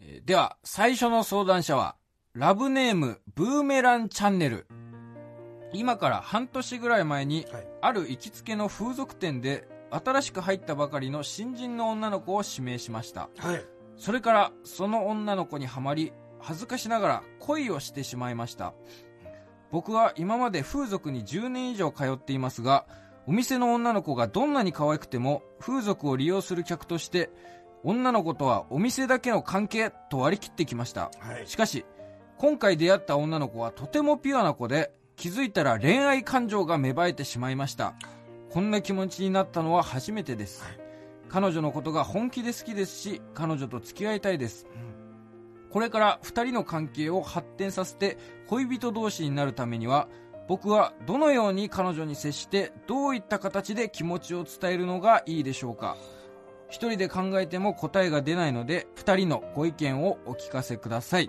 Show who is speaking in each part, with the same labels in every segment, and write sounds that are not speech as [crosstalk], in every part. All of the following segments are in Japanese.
Speaker 1: ーでは、最初の相談者は、ラブネーム、ブーメランチャンネル。今から半年ぐらい前に、
Speaker 2: はい
Speaker 1: ある行きつけの風俗店で、新しく入ったばかりの新人の女の子を指名しました。
Speaker 2: はい
Speaker 1: それから、その女の子にはまり、恥ずかしながら恋をしてしまいました。僕は今まで風俗に10年以上通っていますが、お店の女の子がどんなに可愛くても、風俗を利用する客として、女の子とはお店だけの関係と割り切ってきました。
Speaker 2: はい
Speaker 1: しかし、今回出会った女の子はとてもピュアな子で、気づいたら恋愛感情が芽生えてしまいました。こんな気持ちになったのは初めてです。
Speaker 2: はい
Speaker 1: 彼女のことが本気で好きですし、彼女と付き合いたいです。これから二人の関係を発展させて恋人同士になるためには、僕はどのように彼女に接して、どういった形で気持ちを伝えるのがいいでしょうか。一人で考えても答えが出ないので、二人のご意見をお聞かせください。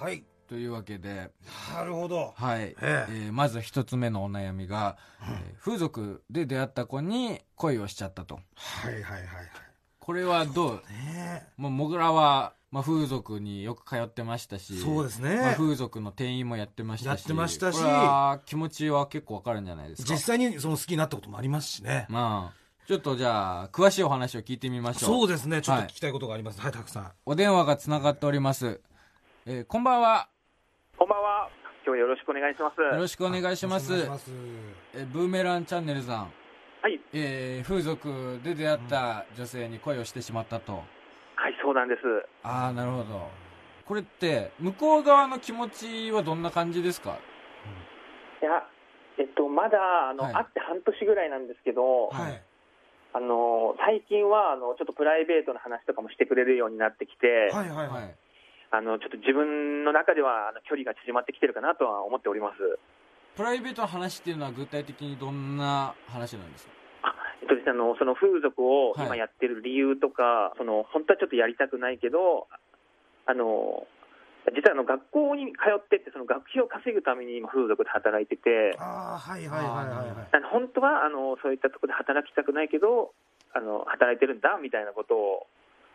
Speaker 2: はい
Speaker 1: というわけで、
Speaker 2: なるほど
Speaker 1: はい。
Speaker 2: ええ
Speaker 1: えーまず一つ目のお悩みが、えー風俗で出会った子に恋をしちゃったと。
Speaker 2: はいはいはいはい
Speaker 1: これはどう
Speaker 2: ね
Speaker 1: もう、もぐらは、まあ、風俗によく通ってました
Speaker 2: え
Speaker 1: し。
Speaker 2: そうですね、
Speaker 1: まあ、風俗の店員もやってましたし。
Speaker 2: やってましたし
Speaker 1: これは気持ちは結構わかるんじゃないですか。
Speaker 2: 実際にその好きになったこともありますしね、
Speaker 1: まあ、ちょっとじゃあ、詳しいお話を聞いてみましょう。
Speaker 2: そうですねちょっと
Speaker 1: はい
Speaker 2: 聞きたいことがありますはい、たくさん
Speaker 1: お電話がつながっております。えーこんばんは。
Speaker 3: こんばんは。今日よろしくお願いします。
Speaker 1: よろ
Speaker 3: は
Speaker 1: しくお願いします。
Speaker 2: お願いします
Speaker 1: えーブーメランチャンネルさん。
Speaker 3: い。
Speaker 1: えー風俗で出会った女性に恋をしてしまったと。
Speaker 3: はい、そうなんです。
Speaker 1: ああ、なるほど。これって、向こう側の気持ちはどんな感じですか
Speaker 3: いや、えっと、まだ、あの、
Speaker 1: はい
Speaker 3: 会って半年ぐらいなんですけど、
Speaker 1: はい
Speaker 2: はい
Speaker 3: あの、最近は、あの、ちょっとプライベートの話とかもしてくれるようになってきて、
Speaker 2: はいはい
Speaker 1: は
Speaker 2: はい
Speaker 1: い。
Speaker 3: あの、ちょっと自分の中では、あの、距離が縮まってきてるかなとは思っております。
Speaker 1: プライベートの話っていうのは具体的にどんな話なんですか
Speaker 3: えっとですね、あの、その風俗を
Speaker 1: はい
Speaker 3: 今やってる理由とか、その、本当はちょっとやりたくないけど、あの、実はあの学校に通ってって、その学費を稼ぐために今、風俗で働いてて、
Speaker 2: ああはいはいはいはいはい
Speaker 3: あの本当はあのそういったところで働きたくないけどあの働いてるんだみたいなことを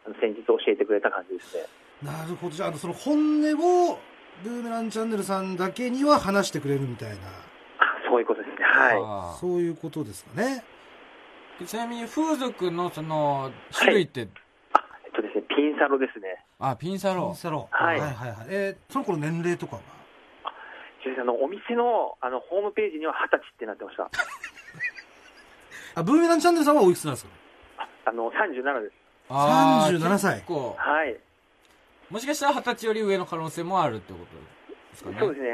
Speaker 3: あの先日教えてくれた感じですね
Speaker 2: なるほどじゃああのその本音をブーメランチャンネルさんだけには話してくれるみたいな
Speaker 3: あそういうことですねは
Speaker 1: あ
Speaker 2: そういうことですかね
Speaker 1: ーちなみに風俗のその種類って、
Speaker 3: いえっとですねピンサロですね
Speaker 1: あ、ピンサロ
Speaker 2: サロ
Speaker 3: はい
Speaker 2: はいはいはいえーその頃年齢とかは
Speaker 3: 先生あのお店のあのホームページには二十歳ってなってました
Speaker 2: あブーメランチャンネルさんはおいくつなんですか
Speaker 3: あの37です
Speaker 1: あー
Speaker 2: 37歳
Speaker 1: 結構、
Speaker 3: はい、
Speaker 1: もしかしたら二十歳より上の可能性もあるってことですかね。
Speaker 3: そうですね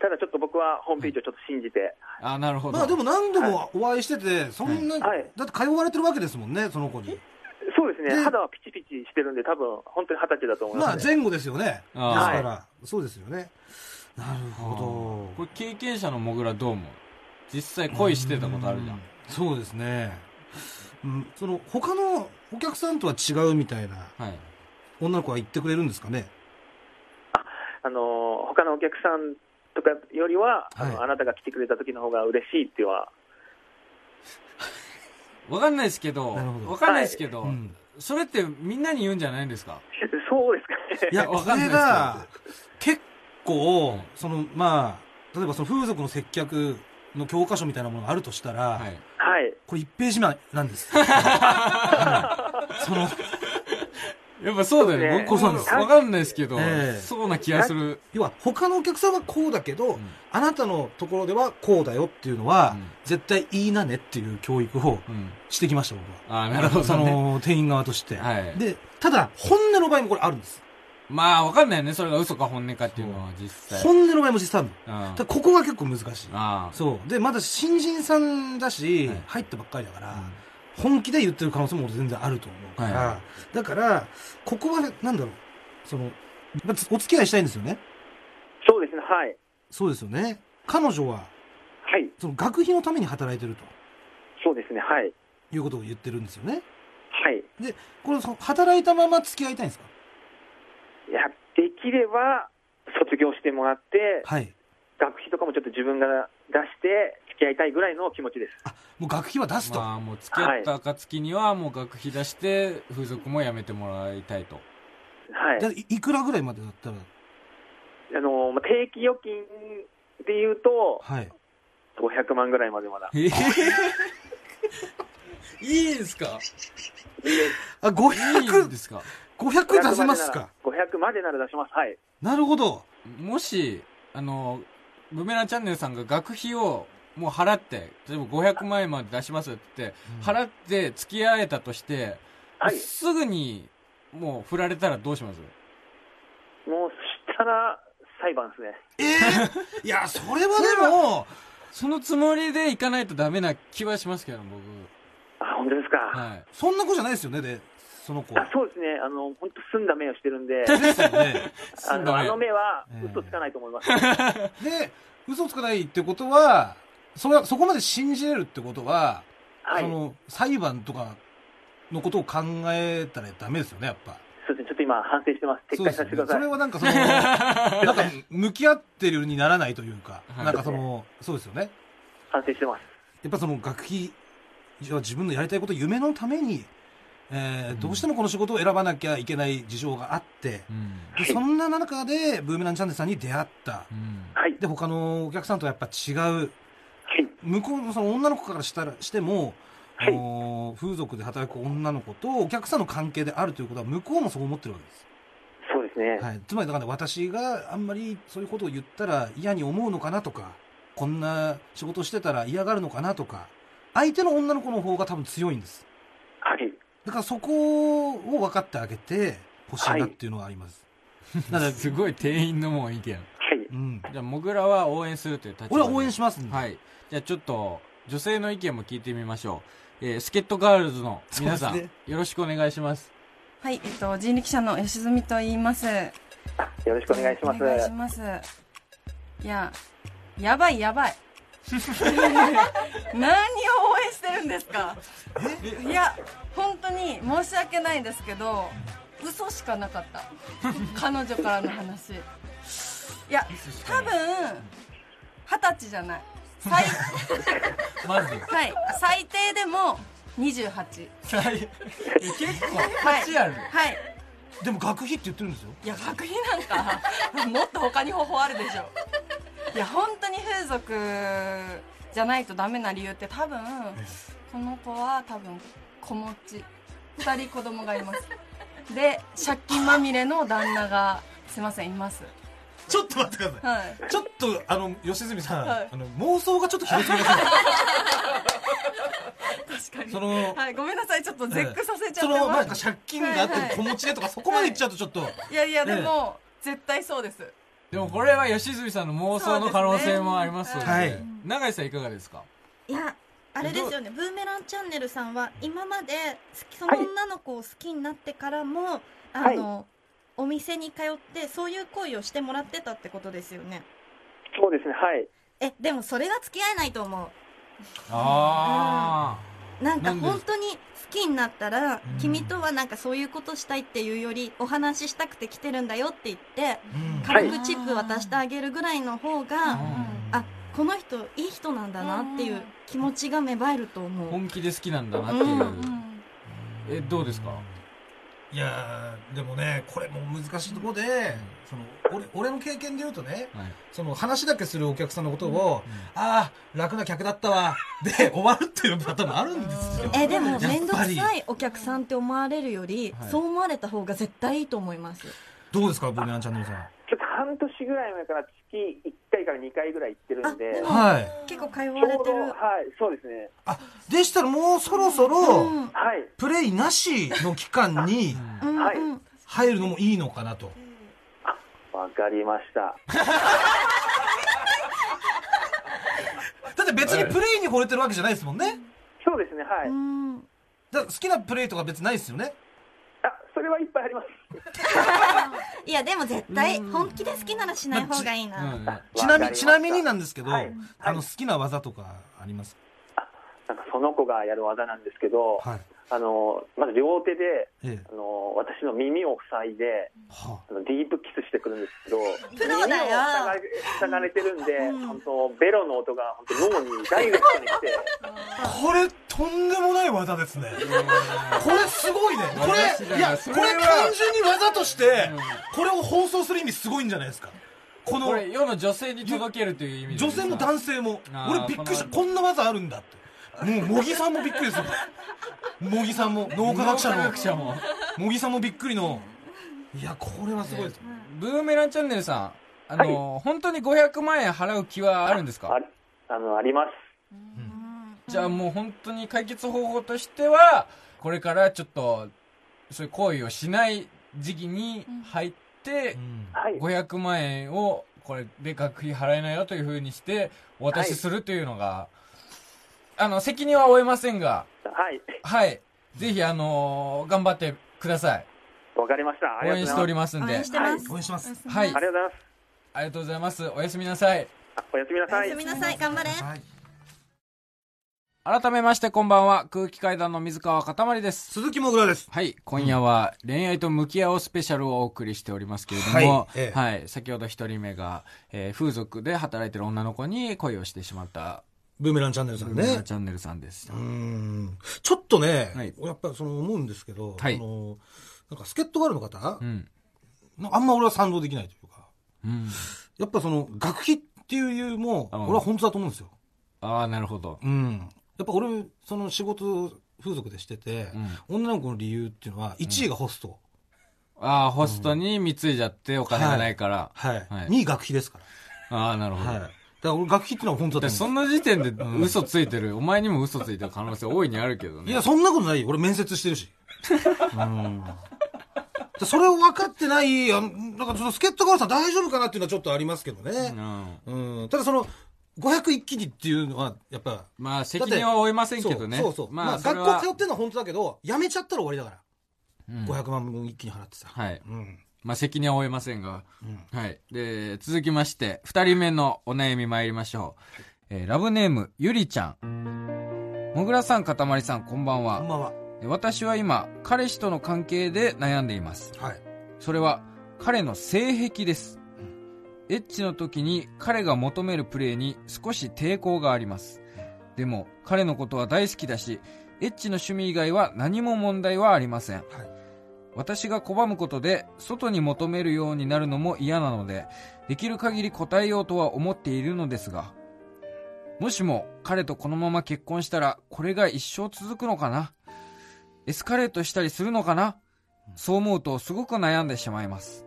Speaker 3: ただちょっと僕はホームページをちょっと信じて、
Speaker 1: あーなるほど。
Speaker 2: まあでも何度もお会いしてて、そんな、
Speaker 3: はい
Speaker 2: だって通われてるわけですもんね、その子に。
Speaker 3: そうですね
Speaker 2: で
Speaker 3: 肌はピチピチしてるんで多分本当に二十歳だと思い
Speaker 2: ま
Speaker 3: ま
Speaker 2: あ
Speaker 3: す、ね
Speaker 2: 前後ですよね。ですか
Speaker 1: あ
Speaker 3: ー
Speaker 2: ら、そうですよね。なるほ
Speaker 1: こ
Speaker 2: ど。
Speaker 1: れ経験者のモグラどう思う実際恋してたことあるじゃ。。
Speaker 2: うんそうですね。うん、その他のお客さんとは違うみたいな
Speaker 1: はい。
Speaker 2: 女の子は言ってくれるんですかね。
Speaker 3: あの他のお客さんとかよりは、あ
Speaker 2: は
Speaker 3: の
Speaker 2: い
Speaker 3: あなたが来てくれた時の方が嬉しいっていうのは [laughs]
Speaker 1: わかんないですけど、
Speaker 2: なるほど
Speaker 1: わかんないですけど、
Speaker 2: うん
Speaker 1: それってみんなに言うんじゃないんですか
Speaker 3: そうですかね
Speaker 2: いや、
Speaker 1: わ
Speaker 2: こ
Speaker 1: かんない
Speaker 2: れ
Speaker 1: です
Speaker 2: が結構
Speaker 1: はい、
Speaker 2: そのまあ、例えばその風俗の接客の教科書みたいなものがあるとしたら、
Speaker 1: はい。
Speaker 3: はい
Speaker 2: これ一ページ目な
Speaker 1: [laughs]
Speaker 2: んです。はいその、
Speaker 1: やっぱそうだよね。
Speaker 3: ね
Speaker 1: 僕も
Speaker 2: そうです
Speaker 1: わかんないですけど、
Speaker 2: ええ
Speaker 1: そうな気がする。
Speaker 2: 要は他のお客さんはこうだけど、
Speaker 1: うん
Speaker 2: あなたのところではこうだよっていうのは、
Speaker 1: うん
Speaker 2: 絶対いいなねっていう教育を
Speaker 1: うん。
Speaker 2: してきました、僕は。
Speaker 1: ああ、なるほど
Speaker 2: そ
Speaker 1: ね。
Speaker 2: の、店員側として。
Speaker 1: はい
Speaker 2: で、ただ、本音の場合もこれあるんです。
Speaker 1: まあ、わかんないよね。それが嘘か本音かっていうのは実際。
Speaker 2: 本音の場合も実際あるの
Speaker 1: うんあ
Speaker 2: ただ、ここは結構難しい。
Speaker 1: あ。
Speaker 2: そう。で、まだ新人さんだし、
Speaker 1: はい
Speaker 2: 入ったばっかりだから、
Speaker 1: うん
Speaker 2: 本気で言ってる可能性も俺全然あると思うから、
Speaker 1: は
Speaker 2: だから、ここは、なんだろう、その、まあお付き合いしたいんですよね。
Speaker 3: そうですね、はい。
Speaker 2: そうですよね。彼女は、
Speaker 3: はい、
Speaker 2: その学費のために働いてると
Speaker 3: そうですね、はい。
Speaker 2: いうことを言ってるんですよね。
Speaker 3: はい。
Speaker 2: で、これ、その働いたまま付き合いたいんですか
Speaker 3: いや、できれば、卒業してもらって、
Speaker 2: はい。
Speaker 3: 学費とかもちょっと自分が出して、付き合いたいぐらいの気持ちです。
Speaker 2: あ、もう学費は出すと。
Speaker 1: まあ、
Speaker 2: [laughs]
Speaker 1: もう付き合った暁にはもう学費出して、風俗もやめてもらいたいと。
Speaker 3: はい
Speaker 2: じゃあいいくらぐらいまでだったら、
Speaker 3: あのまあ定期預金でいうと、
Speaker 2: はい、
Speaker 3: 500万ぐらいまでまだ、
Speaker 1: ええ [laughs] いいんですか
Speaker 2: あ
Speaker 1: いいん
Speaker 2: 500,
Speaker 1: ですか
Speaker 2: 500出せますか
Speaker 3: 500までなら出します、はい、
Speaker 2: なるほど
Speaker 1: もし、あの、ブメランチャンネルさんが学費をもう払って、例えば500万円まで出しますって言って、払って付き合えたとして、
Speaker 3: はい、
Speaker 1: すぐにもう振られたらどうします
Speaker 3: もうしたら裁判ですね、
Speaker 2: えー、いやそれは
Speaker 1: そのつもりで行かないとダメな気はしますけど、僕。
Speaker 3: あ本当ですか、
Speaker 1: はい。
Speaker 2: でもそんな子じゃないですよねでその子
Speaker 3: あそうですね、あの本当、澄んだ目をしてる
Speaker 2: [laughs]
Speaker 3: んで、
Speaker 2: ですよね
Speaker 3: あのあの目は
Speaker 2: ええ
Speaker 3: 嘘つかないと思います、
Speaker 2: で嘘つかないってことはそれはそこまで信じれるってことは、
Speaker 3: は
Speaker 2: [laughs]
Speaker 3: い
Speaker 2: そ、の裁判とかのことを考えたらダメですよねやっぱ
Speaker 3: そうですね、ちょっと今、反省してます、撤
Speaker 2: そうで
Speaker 3: 回
Speaker 2: すよ
Speaker 3: させ
Speaker 2: ね
Speaker 3: てくだ
Speaker 2: そ
Speaker 3: さい
Speaker 2: れ。はなんか
Speaker 3: [laughs]
Speaker 2: そのなんか向き合ってるようにならないというか、
Speaker 1: はい
Speaker 2: なんかそのそうですよね
Speaker 3: 反省してます。
Speaker 2: やっぱその学費は自分のやりたいこと夢のために、えー
Speaker 1: うん
Speaker 2: どうしてもこの仕事を選ばなきゃいけない事情があって、
Speaker 1: うん。
Speaker 2: でそんな中でブーメランチャンネルさんに出会った
Speaker 1: うん。
Speaker 3: はい。
Speaker 2: で他のお客さんとやっぱ違う
Speaker 3: はい。
Speaker 2: 向こうのその女の子からしたらしても、
Speaker 3: はい
Speaker 2: あのー風俗で働く女の子とお客さんの関係であるということは向こうもそう思ってるわけです
Speaker 3: そうですね。
Speaker 2: はい、つまりだから私があんまりそういうことを言ったら嫌に思うのかなとか、こんな仕事してたら嫌がるのかなとか、相手の女の子の方が多分強いんです。
Speaker 3: はい。
Speaker 2: だからそこを分かってあげてほしいなっていうのはあります。
Speaker 1: [laughs]
Speaker 2: なのです
Speaker 1: ごい店員のもう意見。
Speaker 3: はい。
Speaker 2: うん。
Speaker 1: じゃあ、モグラは応援するという立場で。
Speaker 2: 俺は応援しますんで。
Speaker 1: はい。じゃあちょっと、女性の意見も聞いてみましょう。えー、スケットガールズの皆さん、
Speaker 2: そうです
Speaker 1: よろしくお願いします。
Speaker 4: はい、えっと、人力車の吉住と言います。よ
Speaker 3: よろしくお願いします。
Speaker 4: お願いします。いや、やばいやばい。 [laughs] 何を応援してるんですかいや、本当に申し訳ないですけど、嘘しかなかった。彼女からの話。いや、多分、二十歳じゃない。最、 [laughs]
Speaker 1: まず、
Speaker 4: はい、最低でも28。
Speaker 1: [laughs] 最、結構、
Speaker 4: はい
Speaker 1: 8ある。
Speaker 4: はい。
Speaker 2: でも学費って言ってるんですよ。
Speaker 4: いや学費なんかもっと他に方法あるでしょいや本当に風俗じゃないとダメな理由って多分この子は多分子持ち2人子供がいますで借金まみれの旦那がすいませんいます
Speaker 2: ちょっと待ってください。
Speaker 4: はい
Speaker 2: ちょっと、あの、吉住さん、
Speaker 4: はい
Speaker 2: あの、妄想がちょっと広すぎますね
Speaker 4: 確かに
Speaker 2: その、
Speaker 4: はい、ごめんなさいちょっと絶句させちゃ
Speaker 2: そ
Speaker 4: って
Speaker 2: の、なん
Speaker 4: ま
Speaker 2: か
Speaker 4: す、
Speaker 2: 借金があっ
Speaker 4: はいは
Speaker 2: て
Speaker 4: い
Speaker 2: 子持ちでとか、そこまで言っちゃうとちょっと、
Speaker 4: いやいやでも、絶対そうです
Speaker 1: でもこれは吉住さんの妄想の可能性もありますので、
Speaker 2: そう
Speaker 1: は
Speaker 2: で
Speaker 1: い
Speaker 2: すね。
Speaker 1: 長井さんいかがですか
Speaker 5: いやあれですよねブーメランチャンネルさんは今まで好きその
Speaker 3: はい
Speaker 5: 女の子を好きになってからも、あの、お店に通ってそういう行為をしてもらってたってことですよね
Speaker 3: そうですね。はい。
Speaker 5: えでもそれが付き合えないと思
Speaker 1: あ
Speaker 5: うなんか
Speaker 1: なんで
Speaker 5: 本当に好きになったら
Speaker 1: うん
Speaker 5: 君とはなんかそういうことしたいっていうよりお話ししたくて来てるんだよって言って
Speaker 2: うん
Speaker 3: は
Speaker 5: 軽
Speaker 3: い
Speaker 5: くチップ渡してあげるぐらいの方
Speaker 1: あ、う
Speaker 5: が、
Speaker 1: ん
Speaker 5: あこの人いい人なんだなっていう気持ちが芽生えると思う、
Speaker 1: 本気で好きなんだなっていう。
Speaker 4: うん
Speaker 1: え、どうですか
Speaker 2: いやーでもねこれも難しいところで、その俺俺の経験で言うとね
Speaker 1: はい。
Speaker 2: その話だけするお客さんのことを、ああ楽な客だったわで終わるっていうパターンもあるんですよ
Speaker 5: えでも
Speaker 2: やっぱり
Speaker 5: 面倒くさいお客さんって思われるより、
Speaker 1: はい
Speaker 5: そう思われた方が絶対いいと思います
Speaker 2: どうですかブーメランチャンネルさん
Speaker 3: ちょっと半年ぐらい前から月1回から2回ぐらい行ってるんで、
Speaker 5: あで
Speaker 3: ち
Speaker 5: も
Speaker 2: はい
Speaker 5: 結構通わ
Speaker 3: ょ
Speaker 5: れ
Speaker 3: う
Speaker 5: て
Speaker 3: ど、
Speaker 5: る
Speaker 3: はい、そうですね。
Speaker 2: あでしたらもうそろそろ、
Speaker 5: うんうん
Speaker 3: はい。
Speaker 2: プレイなしの期間に
Speaker 1: うん
Speaker 5: うん
Speaker 3: はい
Speaker 2: 入るのもいいのかなと
Speaker 3: わかりました。
Speaker 2: だって別にプレイに惚れてるわけじゃないですもんね
Speaker 3: そうですね。はい。
Speaker 5: うん
Speaker 2: だから好きなプレイとか別にないですよね
Speaker 3: あ、それはいっぱいあります。
Speaker 5: いやでも絶対本気で好きならしない方がいいな、
Speaker 1: うん
Speaker 2: ちなみ
Speaker 3: わかりました
Speaker 2: ちなみになんですけど、
Speaker 3: はい
Speaker 2: あの好きな技とかあります
Speaker 3: なんかその子がやる技なんですけど、
Speaker 2: はい
Speaker 3: あの、まず両手で、
Speaker 2: ええ
Speaker 3: あの、私の耳を塞いで、
Speaker 2: は
Speaker 3: あのディープキスしてくるんですけど、
Speaker 5: [laughs] プロだ
Speaker 3: 耳
Speaker 5: よ
Speaker 3: を塞が塞がれてるんで、
Speaker 5: うん
Speaker 3: 本当ベロの音が本当脳にダイレクトに来て、
Speaker 2: あ、これとんでもない技ですね。これすごいね。こ
Speaker 1: 私
Speaker 2: れ、
Speaker 1: だ
Speaker 2: い
Speaker 1: よ
Speaker 2: や、
Speaker 1: そ
Speaker 2: こ
Speaker 1: れ
Speaker 2: れ
Speaker 1: は
Speaker 2: 単純に技として
Speaker 1: うん、
Speaker 2: これを放送する意味すごいんじゃないですか。この
Speaker 1: こ、れ世の女性に届けるという意味で
Speaker 2: 女性も男性も
Speaker 1: あ、ー
Speaker 2: 俺びっくりした。
Speaker 1: こ
Speaker 2: こんな技あるんだって。もう、茂木さんもびっくりですよ。茂木さんも、脳科学者
Speaker 1: [laughs] 脳科
Speaker 2: の
Speaker 1: 学、者も
Speaker 2: 茂木さんもびっくりの。いや、これはすごいです。
Speaker 1: ブーメランチャンネルさんあの、本当に500万円払う気はあるんです
Speaker 3: あ
Speaker 1: か
Speaker 3: あのあります
Speaker 1: じゃあもう本当に解決方法としてはこれからちょっとそういう行為をしない時期に入って、
Speaker 3: はい
Speaker 1: 500万円をこれで学費払えないよというふうにしてお渡しするというのが、あの責任は負えませんが
Speaker 3: はい
Speaker 1: はいぜひあのー頑張ってください
Speaker 3: わかりましたあり
Speaker 1: 応援し
Speaker 3: がとうござ
Speaker 1: てお
Speaker 3: い
Speaker 1: り
Speaker 3: ます
Speaker 1: ますん
Speaker 5: 応
Speaker 1: で
Speaker 5: 援してます。
Speaker 2: 応援します。
Speaker 1: はい
Speaker 3: ありがとうございます
Speaker 1: ありがとうございますおやすみなさい
Speaker 3: あおやすみな
Speaker 5: お
Speaker 3: さ
Speaker 5: や
Speaker 3: い
Speaker 5: すみなさい、頑張れ。
Speaker 2: はい。
Speaker 1: 改めましてこんばんは空気階段の水川かたまりです
Speaker 2: 鈴木もぐらです。
Speaker 1: はい、今夜は恋愛と向き合おうスペシャルをお送りしておりますけれども、は
Speaker 2: はいいええ
Speaker 1: 先ほど一人目が、えー風俗で働いてる女の子に恋をしてしまった、
Speaker 2: ブーメランチャンネルさんね。
Speaker 1: チャンネルさんでした
Speaker 2: うー。んちょっとね、
Speaker 1: はい
Speaker 2: やっぱりその思うんですけど、
Speaker 1: はい
Speaker 2: あのなんか助っ人ガールの方
Speaker 1: う、ん。
Speaker 2: なんかあんま俺は賛同できないというか、
Speaker 1: うん。
Speaker 2: やっぱその学費っていう理由も、
Speaker 1: うん
Speaker 2: 俺は本当だと思うんですよ。
Speaker 1: ああ、なるほど。
Speaker 2: うん。やっぱ俺、その仕事風俗でしてて、女の子の理由っていうのは、1位がホスト、
Speaker 1: ああ、ホストに貢いじゃってお金がないから。
Speaker 2: はい
Speaker 1: はい
Speaker 2: 2位学費ですか
Speaker 1: ああ、なる
Speaker 2: ら。
Speaker 1: ほど。
Speaker 2: はい。だから俺学費っていうのは本当
Speaker 1: で
Speaker 2: だと
Speaker 1: そ
Speaker 2: 思うんん
Speaker 1: な
Speaker 2: で
Speaker 1: 時点で嘘ついてる、お前にも嘘ついてる可能性大いにあるけど
Speaker 2: す。
Speaker 1: ね。
Speaker 2: いや、そんなことないよ。俺面接してる [laughs] し。うん。でそれを分かってない、あのなんかちょっと助っ人ガールさん大丈夫かなっていうのはちょっとありますけどね。
Speaker 1: うん。
Speaker 2: うん、ただその500一気にっていうのはやっぱ
Speaker 1: まあ、責任は負えませんけどね。
Speaker 2: そうそうそうまあ、
Speaker 1: それ
Speaker 2: 学
Speaker 1: は
Speaker 2: 校通ってるのは本当だけど辞めちゃったら終わりだか
Speaker 1: うん
Speaker 2: ら、500万分一気に払ってさ
Speaker 1: はい。
Speaker 2: うん
Speaker 1: まあ、責任は負えませんが。
Speaker 2: うん
Speaker 1: はい。で、続きまして、二人目のお悩み参りましょう。えーラブネーム、ゆりちゃん。もぐらさん、かたまりさん、こんばん
Speaker 2: こん
Speaker 1: は。
Speaker 2: ばんは
Speaker 1: え私は今、彼氏との関係で悩んでいます。
Speaker 2: はい
Speaker 1: それは、彼の性癖です。エッチの時に彼が求めるプレーに少し抵抗があります。でも、彼のことは大好きだし、エッチの趣味以外は何も問題はありません。
Speaker 2: はい
Speaker 1: 私が拒むことで外に求めるようになるのも嫌なのでできる限り答えようとは思っているのですがもしも彼とこのまま結婚したらこれが一生続くのかなエスカレートしたりするのかなそう思うとすごく悩んでしまいます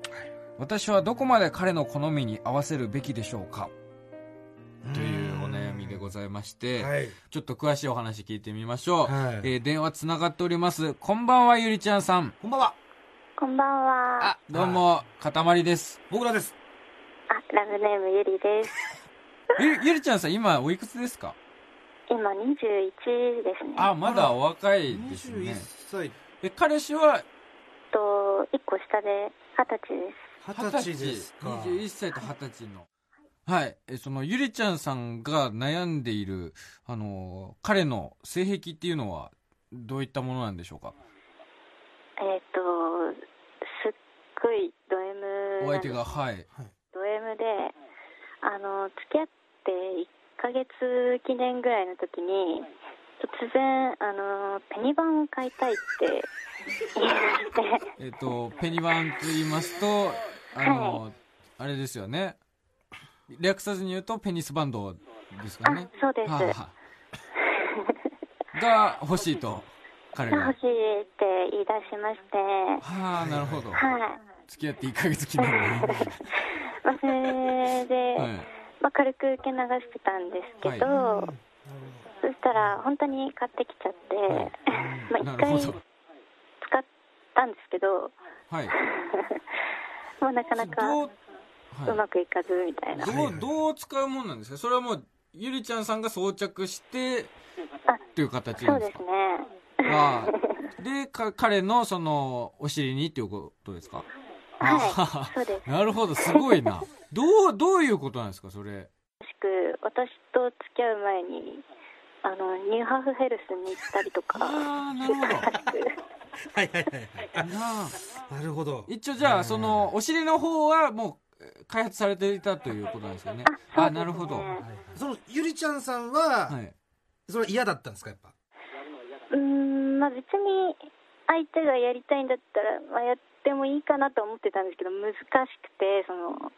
Speaker 1: 私はどこまで彼の好みに合わせるべきでしょうかというお悩みでございまして、
Speaker 2: はい
Speaker 1: ちょっと詳しいお話聞いてみましょう、
Speaker 2: はい
Speaker 1: えー電話つながっておりますこんばんはゆりちゃんさん
Speaker 2: こんばんは
Speaker 6: こんばんは。あ、
Speaker 1: あ、どうも、かたまりです。
Speaker 2: 僕らです
Speaker 6: ラブネームゆりです。
Speaker 1: ゆ、ゆりちゃんさん、今、おいくつですか
Speaker 6: 今21ですね。
Speaker 1: あ、まだお若いです
Speaker 2: 21
Speaker 1: ね。
Speaker 2: 歳
Speaker 1: え、彼氏は
Speaker 6: えっと一個下で二十歳
Speaker 1: 20歳
Speaker 2: 二十歳
Speaker 6: です。
Speaker 2: ですか
Speaker 1: 21歳と20歳の。はい。え、その、ゆりちゃんさんが悩んでいる、あの、彼の性癖っていうのは、どういったものなんでしょうか
Speaker 6: えっとすっごいド M
Speaker 1: お
Speaker 6: な
Speaker 1: 相
Speaker 6: んで
Speaker 1: 手
Speaker 6: す
Speaker 1: が、はい。
Speaker 6: ド M で、あの付き合って一ヶ月記念ぐらいの時に突然あのペニバンを買いたいって言い出して。
Speaker 1: えっと、ペニバンと言いますと、あの、あれですよね。略さずに言うと、ペニスバンドですか
Speaker 6: あ
Speaker 1: ね。、
Speaker 6: そうです。
Speaker 1: はあ、が欲しいと彼
Speaker 6: が
Speaker 1: が
Speaker 6: 欲しいって言い出しまして、
Speaker 1: はあなるほど
Speaker 6: はい。
Speaker 1: 付き合って1ヶ月記念ね
Speaker 6: まあ、それ
Speaker 1: [laughs]
Speaker 6: で、
Speaker 1: はい
Speaker 6: まあ、軽く受け流してたんですけど、そしたら本当に買ってきちゃって、
Speaker 1: い
Speaker 6: ま
Speaker 1: な
Speaker 6: あ、
Speaker 1: るほ
Speaker 6: 1回
Speaker 1: ど
Speaker 6: 使ったんですけど、
Speaker 1: はい
Speaker 6: もうなかなか
Speaker 1: どう
Speaker 6: うまくいかずみたいな、
Speaker 1: はいどうどう使うもんなんですかそれはもうゆりちゃんさんが装着してっていう形
Speaker 6: そ
Speaker 1: な
Speaker 6: うん
Speaker 1: で
Speaker 6: ですす
Speaker 1: か
Speaker 6: ね、
Speaker 1: ああでか彼のそのお尻にっていうことですか
Speaker 6: はい、そうです。
Speaker 1: なるほどすごいなどうどういうことなんですかそれ
Speaker 6: しく私と付き合う前にあのニューハーフヘルスに行ったりとか、
Speaker 1: ああなるほどな
Speaker 2: [laughs] はいはいはい
Speaker 1: あ
Speaker 2: なるほど
Speaker 1: 一応じゃあそのお尻の方はもうえー開発されていたということなんですよねあなるほど
Speaker 6: ね
Speaker 2: そのゆりちゃんさんは、
Speaker 1: はい
Speaker 2: それは嫌だったんですかやっぱ
Speaker 6: うーん、まあ別に相手がやりたいんだったら、まあ、やってもいいかなと思ってたんですけど、難しくて、その、 [laughs]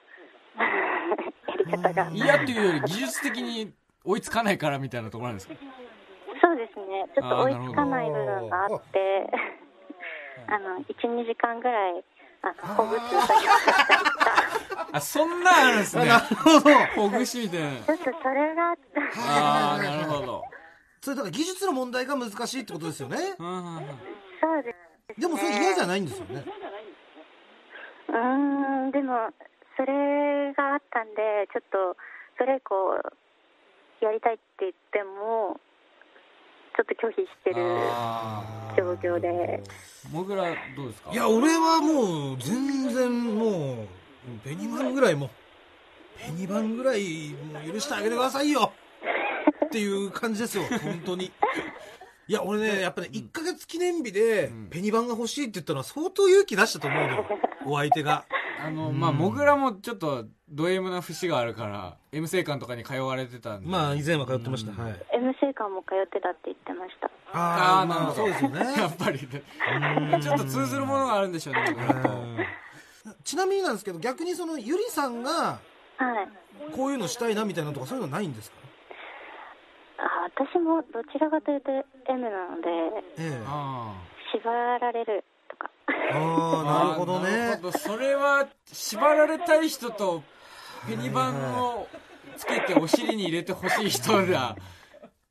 Speaker 6: やり方が。
Speaker 1: 嫌っていうより技術的に追いつかないからみたいなところなんですか
Speaker 6: そうですね、ちょっと追いつかない部分があって、 [laughs] あの、1、2時間ぐらい、あの、ほぐす作業をしたりとか、
Speaker 1: あそん [laughs] なんあるんです
Speaker 2: あ
Speaker 1: ね
Speaker 2: なる [laughs] ほ
Speaker 1: ほ
Speaker 2: ど。
Speaker 1: ぐしみたいな
Speaker 6: ちょっとそれが、
Speaker 1: ああなるほど
Speaker 2: それだから技術の問題が難しいってことですよね。
Speaker 1: うんうんうん
Speaker 6: そうです。
Speaker 2: でもそれ嫌じゃないんですよね。
Speaker 6: うーん、でも、それがあったんで、ちょっと、それ以降、やりたいって言っても、ちょっと拒否してる
Speaker 1: あ
Speaker 6: 状況で。
Speaker 1: もぐらどうですか
Speaker 2: いや、俺はもう、全然もう、ベニバンぐらいもう、ベニバンぐらい、もう許してあげてくださいよっていう感じですよ、本当に。いや、俺ね、やっぱね、1ヶ月記念日で
Speaker 1: ん、
Speaker 2: ペニバンが欲しいって言ったのは相当勇気出したと思うよ、お相手が。
Speaker 1: あのまあもぐらもちょっとド M な節があるから M 生館とかに通われてたんで
Speaker 2: まあ、以前は通ってました、はい。
Speaker 6: MC 館も通ってたって言ってました。
Speaker 1: あ
Speaker 2: あ
Speaker 1: あ
Speaker 2: ー
Speaker 1: なる
Speaker 2: まあ、
Speaker 1: ほど
Speaker 2: そうですよ
Speaker 1: や
Speaker 2: ね
Speaker 1: っ。ぱりね
Speaker 2: うん
Speaker 1: ちょっと通ずるものがあるんでしょうね僕らと
Speaker 2: うんちなみになんですけど、逆にその、ゆりさんが、
Speaker 6: はい。
Speaker 2: こういうのしたいなみたいなとか、そういうのないんですか
Speaker 6: あ私もどちらかというと M なので、
Speaker 2: ええ。
Speaker 1: あ
Speaker 6: 縛られるとか。
Speaker 1: あ
Speaker 2: ああ、なるほど
Speaker 1: なる
Speaker 2: ね。
Speaker 1: ほどそれは縛られたい人とペニバンをつけてお尻に入れてほしい人が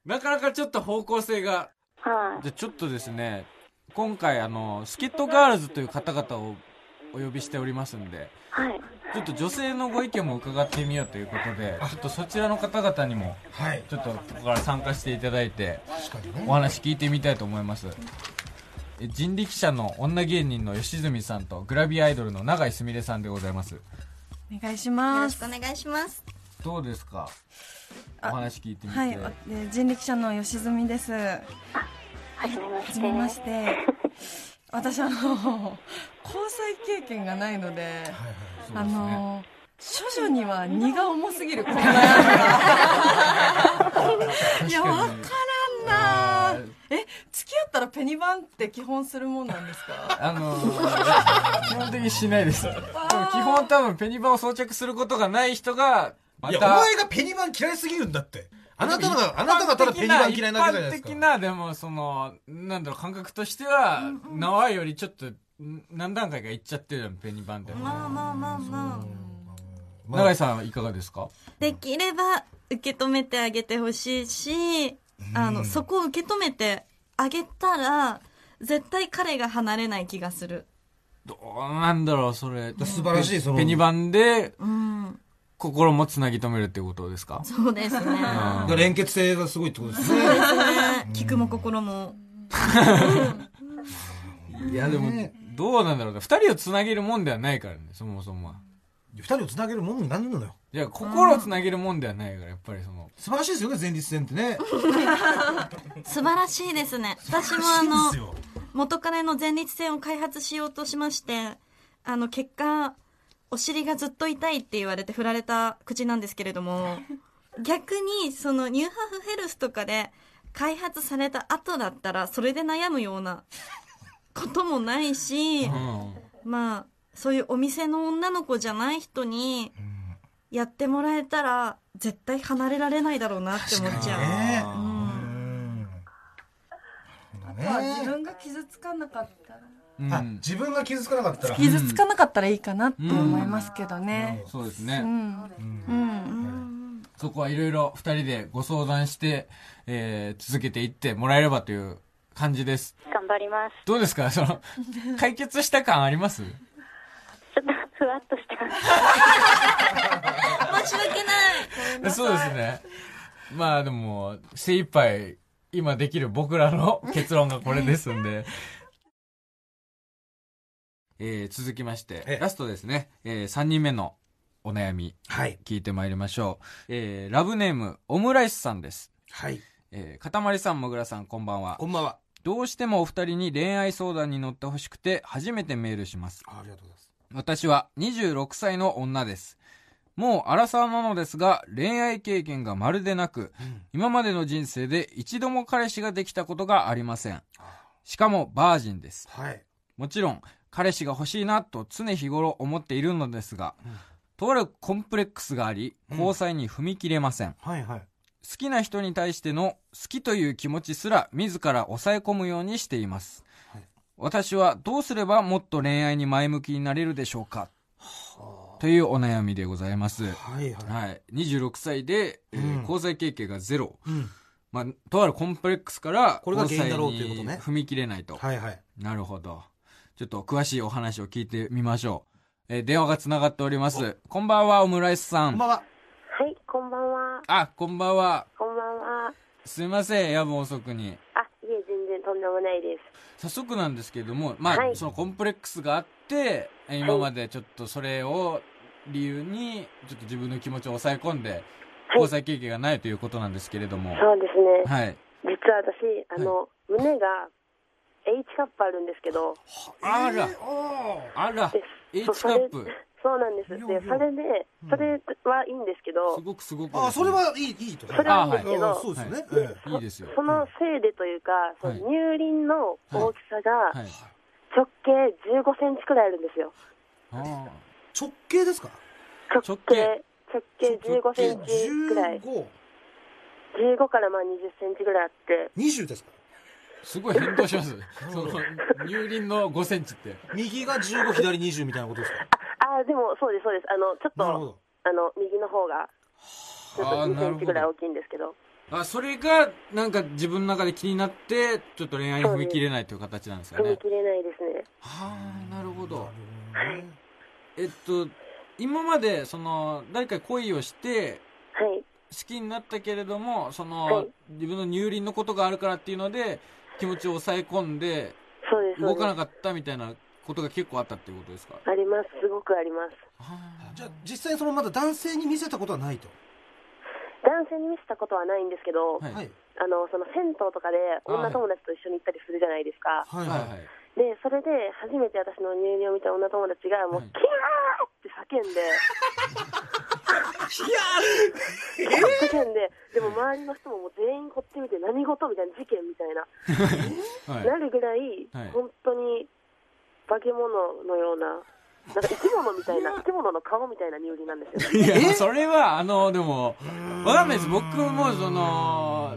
Speaker 1: なかなかちょっと方向性が
Speaker 6: はい。
Speaker 1: じゃあちょっとですね今回あのスキットガールズという方々をお呼びしておりますんで
Speaker 6: はい。
Speaker 1: ちょっと女性のご意見も伺ってみようということでちょっとそちらの方々にも
Speaker 2: はい。
Speaker 1: ちょっとここから参加していただいて
Speaker 2: 確かにね
Speaker 1: お話聞いてみたいと思いますえ人力車の女芸人の吉住さんとグラビアアイドルの永井すみれさんでございます
Speaker 4: お願いし
Speaker 5: よろ
Speaker 4: ま
Speaker 5: し
Speaker 4: す
Speaker 5: くお願いします。
Speaker 1: どうですかお
Speaker 4: あ
Speaker 1: 話聞いてみて、
Speaker 4: はい、おえ人力車の吉住ですは
Speaker 6: はじめまして。
Speaker 4: じめまして私あの交際経験がないので
Speaker 1: そうで
Speaker 4: あ
Speaker 1: すね
Speaker 4: の処女には荷が重すぎるこの悩みがいやわからんなえ付き合ったらペニバンって基本するもんなんですか
Speaker 1: あのー基本的にしないです。でも基本多分ペニバンを装着することがない人が、ま
Speaker 2: いや、お
Speaker 1: た、
Speaker 2: 前がペニバン嫌いすぎるんだって。あなたが、あなたがただペニバン嫌いなだけじゃないです
Speaker 1: 一般的
Speaker 2: か。
Speaker 1: な、でもその、なんだろう、感覚としては、縄よりちょっと、ん何段階かいっちゃってるじゃん、ペニバンって。
Speaker 5: まあまあまあま
Speaker 2: まあ
Speaker 1: 永井さんはいかがですか
Speaker 5: あ。できれば受け止めてあげてほしいし、あの、そこを受け止めてあげたら、絶対彼が離れない気がする。
Speaker 1: どうなんだろう、それ。
Speaker 2: 素晴らしいその
Speaker 1: ペニバンで、
Speaker 5: うん。
Speaker 1: 心もつなぎ止めるっていうことですか
Speaker 5: そうですね。
Speaker 2: だから連結性がすごいってことですね。
Speaker 5: そうですね。聞くも心も。
Speaker 1: いや、でも、どうなんだろうね。二人をつなげるもんではないからね、そもそもは。
Speaker 2: 二人をつなげるものになるのよ。
Speaker 1: いや、心をつなげるもんではないから、やっぱりその、
Speaker 2: 素晴らしいですよね、前立腺ってね。
Speaker 5: 素晴らしいですね。私もあ
Speaker 2: 素晴らしい
Speaker 5: の
Speaker 2: です、よ
Speaker 5: 元彼の前立腺を開発しようとしましてあの結果お尻がずっと痛いって言われて振られた口なんですけれども [laughs] 逆にそのニューハーフヘルスとかで開発された後だったらそれで悩むようなこともないし
Speaker 1: うん。
Speaker 5: まあそういうお店の女の子じゃない人にやってもらえたら絶対離れられないだろうなって思っちゃう。
Speaker 2: ね
Speaker 5: うん
Speaker 4: あとは自分が傷つかなかったら
Speaker 1: うん
Speaker 2: あ、自分が傷つかなかったら。
Speaker 4: 傷つかなかったらいいかなって思いますけどね
Speaker 1: そうです
Speaker 4: う
Speaker 1: ね。
Speaker 4: んうん
Speaker 1: そこはいろいろ二人でご相談して、えー続けていってもらえればという感じです。
Speaker 6: 頑張ります。
Speaker 1: どうですかその、解決した感あり
Speaker 5: [laughs]
Speaker 1: ます
Speaker 6: ちょっとふわっとしてます。
Speaker 5: 申し訳ない
Speaker 1: そうですね。まあでも、精一杯、今できる僕らの結論がこれですんで。えー続きまして、ラストですね。え3人目のお悩み、
Speaker 2: はい。
Speaker 1: 聞いてまいりましょう。えーラブネーム、オムライスさんです。
Speaker 2: はい。
Speaker 1: えー、かたまりさん、もぐらさん、こんばんは。
Speaker 2: こんばんは。
Speaker 1: どうしてもお二人に恋愛相談に乗ってほしくて初めてメールします。
Speaker 2: あありがとうございます。
Speaker 1: 私は26歳の女です。もうアラサーなのですが、恋愛経験がまるでなく、今までの人生で一度も彼氏ができたことがありません。しかもバージンです。
Speaker 2: はい。
Speaker 1: もちろん、彼氏が欲しいなと常日頃思っているのですが、とあるコンプレックスがあり、
Speaker 2: うん
Speaker 1: 交際に踏み切れません。
Speaker 2: はいはい。
Speaker 1: 好きな人に対しての好きという気持ちすら自ら抑え込むようにしています。
Speaker 2: はい
Speaker 1: 私はどうすればもっと恋愛に前向きになれるでしょうかというお悩みでございます。
Speaker 2: はいはい。
Speaker 1: はい。26歳で、えー
Speaker 2: うん
Speaker 1: 交際経験がゼロ。
Speaker 2: うん。
Speaker 1: まあ、とあるコンプレックスから
Speaker 2: これが原因だろうということね
Speaker 1: 交際に踏み切れないと。
Speaker 2: はいはい。
Speaker 1: なるほど。ちょっと詳しいお話を聞いてみましょう。えー電話が繋がっております。こんばんは、オムライスさ
Speaker 2: こん
Speaker 1: ん。
Speaker 2: ばんは。
Speaker 6: はい、こんばんは。
Speaker 1: あ、こんばんは。
Speaker 6: こんばんは。
Speaker 1: すいません、夜分遅くに。
Speaker 6: あ、いえ、全然とんでもないで
Speaker 1: 早
Speaker 6: す。
Speaker 1: 速なんですけれども、まあ、
Speaker 6: はい
Speaker 1: そのコンプレックスがあって、えー今までちょっとそれを理由に、ちょっと自分の気持ちを抑え込んで、
Speaker 6: はい
Speaker 1: 交際経験がないということなんですけれども。
Speaker 6: そうですね。
Speaker 1: はい。
Speaker 6: 実は私、あの、胸が H カップあるんですけど、
Speaker 1: あら
Speaker 2: えーおー
Speaker 1: あら
Speaker 6: で、
Speaker 1: H
Speaker 6: そう
Speaker 1: カップ。
Speaker 6: そうなんです。
Speaker 2: い
Speaker 6: で
Speaker 2: やいや、
Speaker 6: それで、それはいいんですけ
Speaker 1: す
Speaker 6: ど、
Speaker 1: ごくすごくですね、
Speaker 2: あ、それはいい、いいと。
Speaker 6: それはいいんです
Speaker 2: あ
Speaker 6: けど、
Speaker 2: そうですよね。
Speaker 6: はい
Speaker 2: ええ
Speaker 1: いいですよ。
Speaker 6: そのせいでというか、その
Speaker 1: はい
Speaker 6: 乳輪の大きさが
Speaker 1: はい。
Speaker 6: 直径15センチくらいあるんですよ。
Speaker 1: あー
Speaker 2: 直径ですか
Speaker 6: 直径、直径15センチくらい。
Speaker 2: 15、
Speaker 6: 15からまあ20センチくらいあって、
Speaker 2: 20ですか
Speaker 1: すごい変動し
Speaker 2: [laughs]
Speaker 1: ます。その、乳輪の5センチって。
Speaker 2: 右が15、左20みたいなことですか
Speaker 6: ああ、でもそうです、そうです。あの、ちょっ
Speaker 2: なるほ
Speaker 6: と、
Speaker 2: ど。
Speaker 6: あの、右の方が、ちょっと
Speaker 1: あー
Speaker 6: 2
Speaker 1: な
Speaker 6: セ
Speaker 1: る
Speaker 6: ン
Speaker 1: ほ
Speaker 6: チ
Speaker 1: ど
Speaker 6: くらい大きいんですけど、
Speaker 1: あ、それが、なんか自分の中で気になって、ちょっと恋愛に踏み切れないという形なんですよ
Speaker 6: 踏み
Speaker 1: ね。
Speaker 6: 切れないですね。
Speaker 1: はあ、なるほど。
Speaker 2: なるほどね
Speaker 1: えっと、今まで、その、誰か恋をして、
Speaker 6: はい。
Speaker 1: 好きになったけれども、そ
Speaker 6: は
Speaker 1: の
Speaker 6: い、
Speaker 1: 自分の乳輪のことがあるからっていうので、気持ちを抑え込んで、
Speaker 6: そうです、そ
Speaker 1: 動
Speaker 6: うで
Speaker 1: かな
Speaker 6: す。
Speaker 1: かったみたいなことが結構あったっていうことですか
Speaker 6: あります、すごくあります。
Speaker 1: はあ
Speaker 2: じゃあ、実際そのまだ男性に見せたことはないと。
Speaker 6: 男性に見せたことはないんですけど、
Speaker 1: はい。は
Speaker 2: はいい。
Speaker 6: あのその銭湯とかで女友達と一緒に行ったりするじゃないですか、
Speaker 2: はい
Speaker 1: は
Speaker 2: は
Speaker 1: い。
Speaker 2: い。
Speaker 6: でそれで初めて私の入院を見た女友達がも
Speaker 1: は
Speaker 6: う、
Speaker 1: い
Speaker 6: キャーって叫んでキャーって叫んででも周りの人ももう全員こっち見て何事みたいな事件みたいな、
Speaker 1: はい。
Speaker 6: なるぐらい、
Speaker 1: はい
Speaker 6: 本当に化け物のような。なんか生き物みたいな、生き物の顔みたいな乳輪なんですよ。
Speaker 1: いや、それは、あの、でも、わかんないです。僕も、その、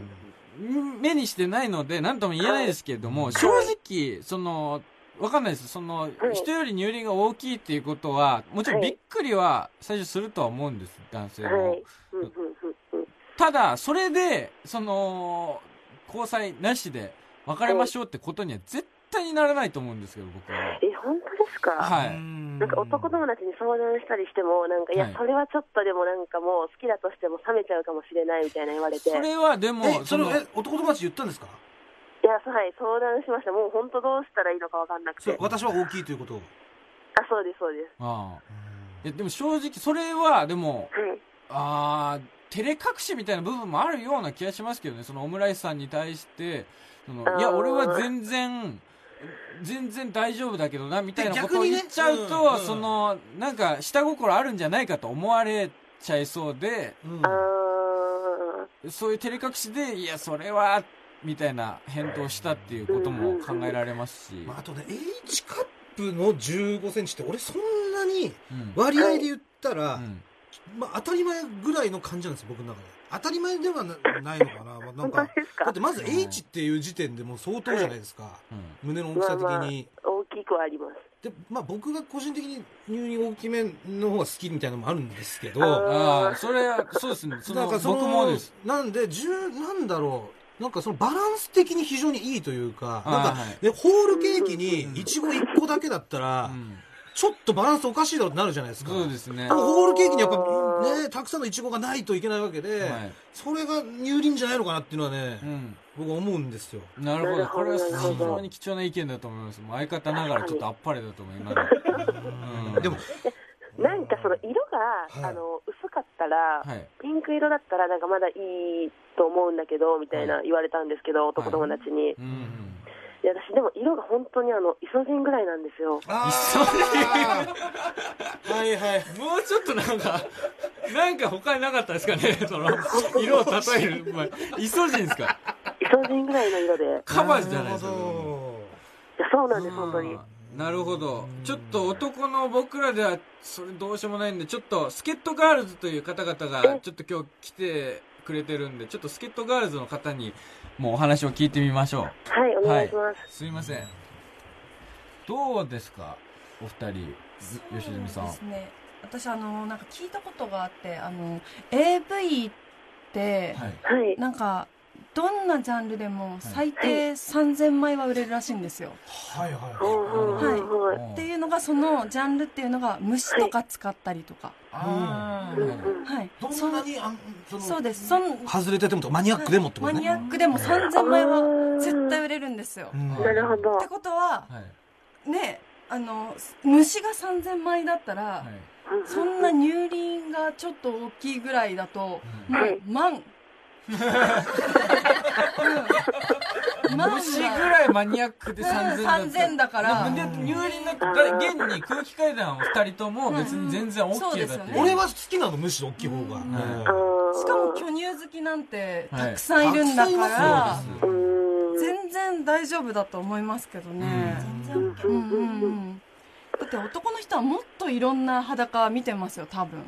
Speaker 1: 目にしてないので、なんとも言えないですけれども、正直、その、わかんないです。その、人より乳輪が大きいっていうことは、もちろん
Speaker 6: は
Speaker 1: び
Speaker 6: い
Speaker 1: っくりは最初するとは思うんです、男性
Speaker 6: は
Speaker 1: も
Speaker 6: い。。うんうんうんうん。
Speaker 1: ただ、それで、その、交際なしで別れましょうってことには絶対にならないと思うんですけど、僕は。
Speaker 6: え、本当ですか
Speaker 1: はい。
Speaker 2: な
Speaker 6: なんか男友達に相談したりしても、なんか、いや
Speaker 1: はい、
Speaker 6: それはちょっとでもなんかもう好きだとしても冷めちゃうかもしれないみたいな言われて、い
Speaker 1: それは、でも、
Speaker 2: え、そ
Speaker 1: そ
Speaker 2: れ
Speaker 1: の、、
Speaker 2: え、男友達言ったんですか
Speaker 6: や、はい、相談しました。もう本当どうしたらいいのかわかんなく
Speaker 2: そ
Speaker 6: て。
Speaker 2: れ
Speaker 6: あ、
Speaker 2: 私は大きいということを。
Speaker 6: そうです、そうです。
Speaker 1: ああいやでも正直、それは、でも、
Speaker 6: はい。
Speaker 1: あー、照れ隠しみたいな部分もあるような気がしますけどね、そのオムライスさんに対して、その
Speaker 6: あー
Speaker 1: いや、俺は全然、全然大丈夫だけどな、みたいなことを
Speaker 2: 逆に
Speaker 1: 言
Speaker 2: ね
Speaker 1: っちゃう
Speaker 2: うん
Speaker 1: と、
Speaker 2: うん
Speaker 1: その、なんか、下心あるんじゃないかと思われちゃいそうで、
Speaker 2: うん
Speaker 6: あー
Speaker 1: そういう照れ隠しで、いや、それは、みたいな返答したっていうことも考えられますし、
Speaker 2: まああとね、H カップの15センチって、俺そんなに
Speaker 1: うん。
Speaker 2: 割合で言ったら、
Speaker 1: うん
Speaker 2: まあ、当たり前ぐらいの感じなんですよ、僕の中で。当たり前ではなないのかな。まあ、なん
Speaker 6: 本当
Speaker 2: か、
Speaker 6: です
Speaker 2: だ
Speaker 6: か
Speaker 2: ってまず H っていう時点でもう相当じゃないですか。
Speaker 1: うん
Speaker 2: 胸の大きさ的
Speaker 6: まあまあ
Speaker 2: に。
Speaker 6: 大きくはあります。
Speaker 2: で、まあ僕が個人的に入院大きめの方が好きみたいなのもあるんですけど、
Speaker 6: あ
Speaker 1: ああ、それは、そうですね。そ
Speaker 2: な
Speaker 1: の
Speaker 2: んかその
Speaker 1: 僕もです。
Speaker 2: なんで、十、なんだろう。なんかそのバランス的に非常にいいというか、なん
Speaker 1: あー
Speaker 2: か
Speaker 1: はい、
Speaker 2: ね、ホールケーキにイチゴ1個だけだった
Speaker 1: う
Speaker 2: ら、
Speaker 1: ん、
Speaker 2: ちょっとバランスおかしいだろうってなるじゃないですか。
Speaker 1: そうですね。
Speaker 2: でも
Speaker 1: は
Speaker 2: ホールケーキにやっぱ
Speaker 6: あー
Speaker 2: ね、たくさんのイチゴがないといけないわけで、
Speaker 1: い。
Speaker 2: それが乳輪じゃないのかなっていうのはね、
Speaker 1: うん。
Speaker 2: 僕は思うんですよ。
Speaker 1: なるほど。これは
Speaker 6: なるほど
Speaker 1: 非常に貴重な意見だと思います。もう相方ながらちょっとあっぱれだと思います。うん
Speaker 2: でも、
Speaker 6: なんかその色が、
Speaker 2: はい
Speaker 6: あの、薄かったら、
Speaker 1: はい。
Speaker 6: ピンク色だったらなんかまだいいと思うんだけど、みたいな言われたんですけど、男友達に。
Speaker 1: うんうん。
Speaker 6: いや、私でも色が本当にあの、イソジンぐらいなんですよ。
Speaker 2: あ
Speaker 1: 一
Speaker 2: ー
Speaker 1: 緒に。
Speaker 2: はいはい。
Speaker 1: もうちょっとなんか、 [laughs] なんか他になかったですかね [laughs] その、色を例える。まあ、イソジンですか
Speaker 7: イソジンぐらいの色で。い
Speaker 1: カバーじゃないですか。
Speaker 7: や、そうなんです、本当に。
Speaker 1: あーなるほど。ちょっと男の僕らでは、それどうしようもないんで、ちょっと、スケットガールズという方々が、ちょっと今日来てくれてるんで、ちょっとスケットガールズの方に、もうお話を聞いてみましょ
Speaker 7: はい、お
Speaker 1: う。は
Speaker 7: 願い
Speaker 1: い
Speaker 7: します。。
Speaker 1: すいません。どうですかお二人、吉住さん。
Speaker 4: そうですね私あのなんか聞いたことがあってあの AV って、
Speaker 1: はい。
Speaker 7: はい。
Speaker 4: なんかどんなジャンルでも最低3000枚は売れるらしいんですよ、
Speaker 2: はいはい
Speaker 7: はい
Speaker 2: は
Speaker 7: はいはいはい。
Speaker 4: っていうのがそのジャンルっていうのが虫とか使ったりとか
Speaker 1: あー
Speaker 7: うん
Speaker 1: な
Speaker 7: う
Speaker 1: るほど
Speaker 7: ん。
Speaker 4: はい
Speaker 2: ど
Speaker 4: そ
Speaker 2: んな
Speaker 4: の
Speaker 2: にあんその
Speaker 4: そうですその
Speaker 2: 外れててもとマニアックでもってこと
Speaker 4: マ
Speaker 2: ね
Speaker 4: ニアックでも3000枚は絶対売れるんですよ
Speaker 2: う、ん
Speaker 1: ック
Speaker 7: なるほど
Speaker 4: っ。てことは
Speaker 1: はい。
Speaker 4: ねあの虫が3000枚だったら、
Speaker 1: は
Speaker 7: う
Speaker 1: い。
Speaker 7: ん
Speaker 4: そんな乳輪がちょっと大きいぐらいだと、
Speaker 1: うん
Speaker 4: も
Speaker 7: はいう
Speaker 4: 万うん万が
Speaker 1: 虫ぐらいマニアックで3000だった
Speaker 4: 3000だから
Speaker 1: で入輪なんかだ現に空気階段を2人とも別に全然 OK だって
Speaker 4: そう
Speaker 1: い
Speaker 4: で
Speaker 1: う
Speaker 4: すよね
Speaker 2: 俺は好きなのむしろ大きい方が
Speaker 1: ん
Speaker 2: うん
Speaker 7: あー
Speaker 4: しかも巨乳好きなんて
Speaker 1: はい
Speaker 4: たくさんいるんだか
Speaker 2: たく
Speaker 4: ら、
Speaker 2: さ
Speaker 1: そうです
Speaker 7: うーん
Speaker 4: 全然大丈夫だと思いますけどね、
Speaker 5: 全然
Speaker 4: うんうんうん、だって男の人はもっといろんな裸見てますよ多分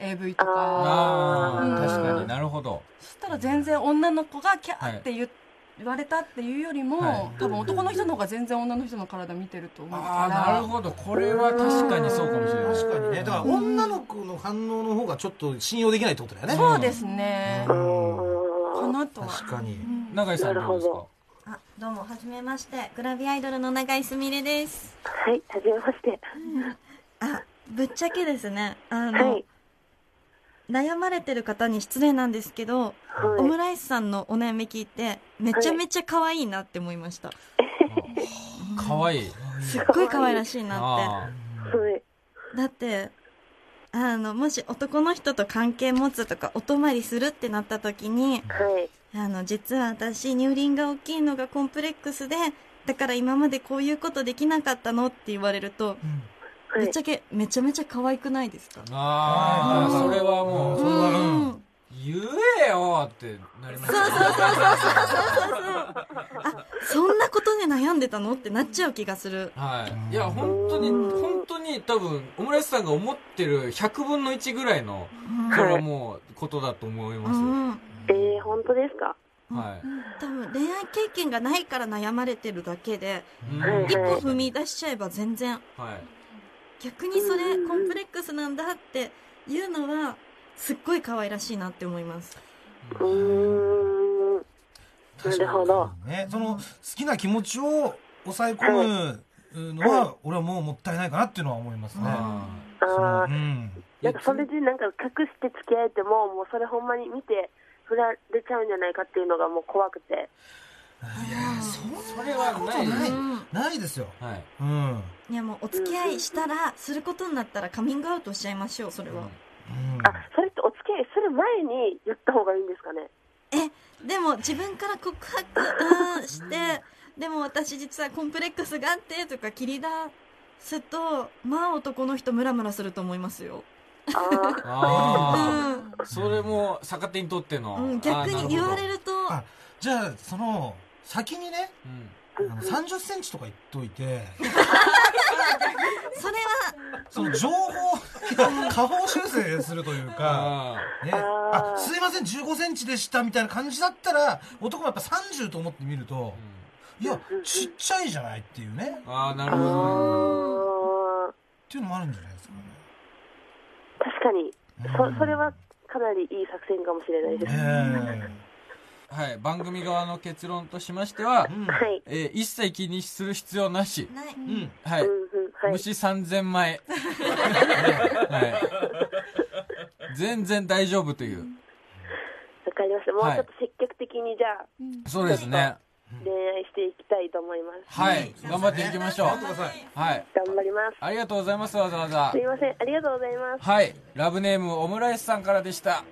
Speaker 4: AV とか
Speaker 1: あ
Speaker 7: うん
Speaker 1: あ確かになるほど
Speaker 4: そしたら全然女の子がキャーって言,、言われたっていうよりも、
Speaker 1: は
Speaker 4: 多分男の人の方が全然女の人の体見てると思う
Speaker 1: あ
Speaker 4: か
Speaker 1: あ
Speaker 4: ら
Speaker 1: なるほどこれは確かにそうかもしれない
Speaker 2: 確かにねだから
Speaker 4: うん
Speaker 2: 女の子の反応の方がちょっと信用できないってことだよね
Speaker 4: そうですね、かなとは
Speaker 2: 確かに
Speaker 1: 永井さんどうです
Speaker 7: なるほ
Speaker 1: か
Speaker 5: あどうもはじめましてグラビアアイドルの永井すみれです
Speaker 7: はい、はじめまして。
Speaker 5: あぶっちゃけですねあの、
Speaker 7: はい。
Speaker 5: 悩まれてる方に失礼なんですけど、
Speaker 7: はい
Speaker 5: オムライスさんのお悩み聞いてめちゃめちゃ可愛いなって思いました、
Speaker 1: かわいい
Speaker 5: すっごい可愛らしいなっ
Speaker 1: あ
Speaker 7: はい。
Speaker 5: てだってあのもし男の人と関係持つとかお泊まりするってなった時に
Speaker 7: はい。
Speaker 5: あの実は私乳輪が大きいのがコンプレックスでだから今までこういうことできなかったのって言われると、
Speaker 7: は
Speaker 5: ぶ
Speaker 7: い
Speaker 5: っちゃけめちゃめちゃ可愛くないですか
Speaker 1: ーあーそれはも
Speaker 2: う
Speaker 1: うん
Speaker 5: うん
Speaker 1: 言えよってなりますね
Speaker 5: そんなことで悩んでたのってなっちゃう気がする。
Speaker 1: はいいや本当に本当に多分オムライスさんが思ってる100分の1ぐらいのこれはもうことだと思いますよ
Speaker 5: うん
Speaker 7: えー、本当ですか
Speaker 1: はい
Speaker 5: 多分恋愛経験がないから悩まれてるだけで、
Speaker 1: うん
Speaker 7: はい
Speaker 5: 一歩踏み出しちゃえば全然、
Speaker 1: はい
Speaker 5: 逆にそれコンプレックスなんだっていうのは、すっごい可愛らしいなって思います。
Speaker 7: うーん。なるほど。
Speaker 2: ねその好きな気持ちを抑え込むのは俺はもうもったいないかなっていうのは思いますね
Speaker 1: あ
Speaker 2: その
Speaker 7: あ
Speaker 2: う
Speaker 7: ー
Speaker 2: ん
Speaker 7: なんかそれでなんか隠して付き合えても、もうそれほんまに見て、振られちゃうんじゃないかっていうのがもう怖くて。
Speaker 1: それはないです
Speaker 5: うん
Speaker 2: ないですよ
Speaker 1: はい
Speaker 2: うんうん
Speaker 5: いやもうお付き合いしたら、することになったらカミングアウトしちゃいましょう、それは。
Speaker 7: あ、それってお付き合いする前に言った方がいいんですかね
Speaker 5: でも自分から告白うんして、でも私実はコンプレックスがあってとか切り出すと、まあ男の人ムラムラすると思いますよ。
Speaker 7: あ
Speaker 1: あ
Speaker 5: うん
Speaker 1: あそれも逆手にとっての
Speaker 5: うん、逆に言われ
Speaker 1: る
Speaker 5: ると、
Speaker 2: あじゃあその先にねあの30センチとか言っといて
Speaker 5: それ
Speaker 2: その情報を下方修正するというか、
Speaker 1: あ
Speaker 2: ね、
Speaker 7: あ
Speaker 2: あ
Speaker 7: ー
Speaker 2: すいません15センチでしたみたいな感じだったら男もやっぱ30と思ってみると
Speaker 1: ー
Speaker 2: いやちっちゃいじゃないっていうねっ
Speaker 1: あーな
Speaker 7: あ。
Speaker 1: るほどね
Speaker 7: あー
Speaker 2: ていうのもあるんじゃないですかね
Speaker 7: 確かに。
Speaker 2: うん
Speaker 7: そ、それはかなりいい作戦かもしれないです。
Speaker 2: え
Speaker 1: はい番組側の結論としましては
Speaker 2: えうん
Speaker 7: はい。
Speaker 1: えー一切気にする必要なし
Speaker 5: はない。
Speaker 2: うん
Speaker 1: は
Speaker 7: う
Speaker 1: い
Speaker 7: んうん。はい。
Speaker 1: 虫3000枚 [laughs] はい全然大丈夫という
Speaker 7: わかりました。もうちょっと積極的にじゃあ、
Speaker 1: そうですね
Speaker 7: 恋愛していきたいと思います。
Speaker 1: はい頑張っていきましょう
Speaker 2: 頑張ってください
Speaker 1: はい
Speaker 7: 頑張ります。
Speaker 1: ありがとうございますわざわざ
Speaker 7: すいません。ありがとうございます。
Speaker 1: はいラブネームオムライスさんからでした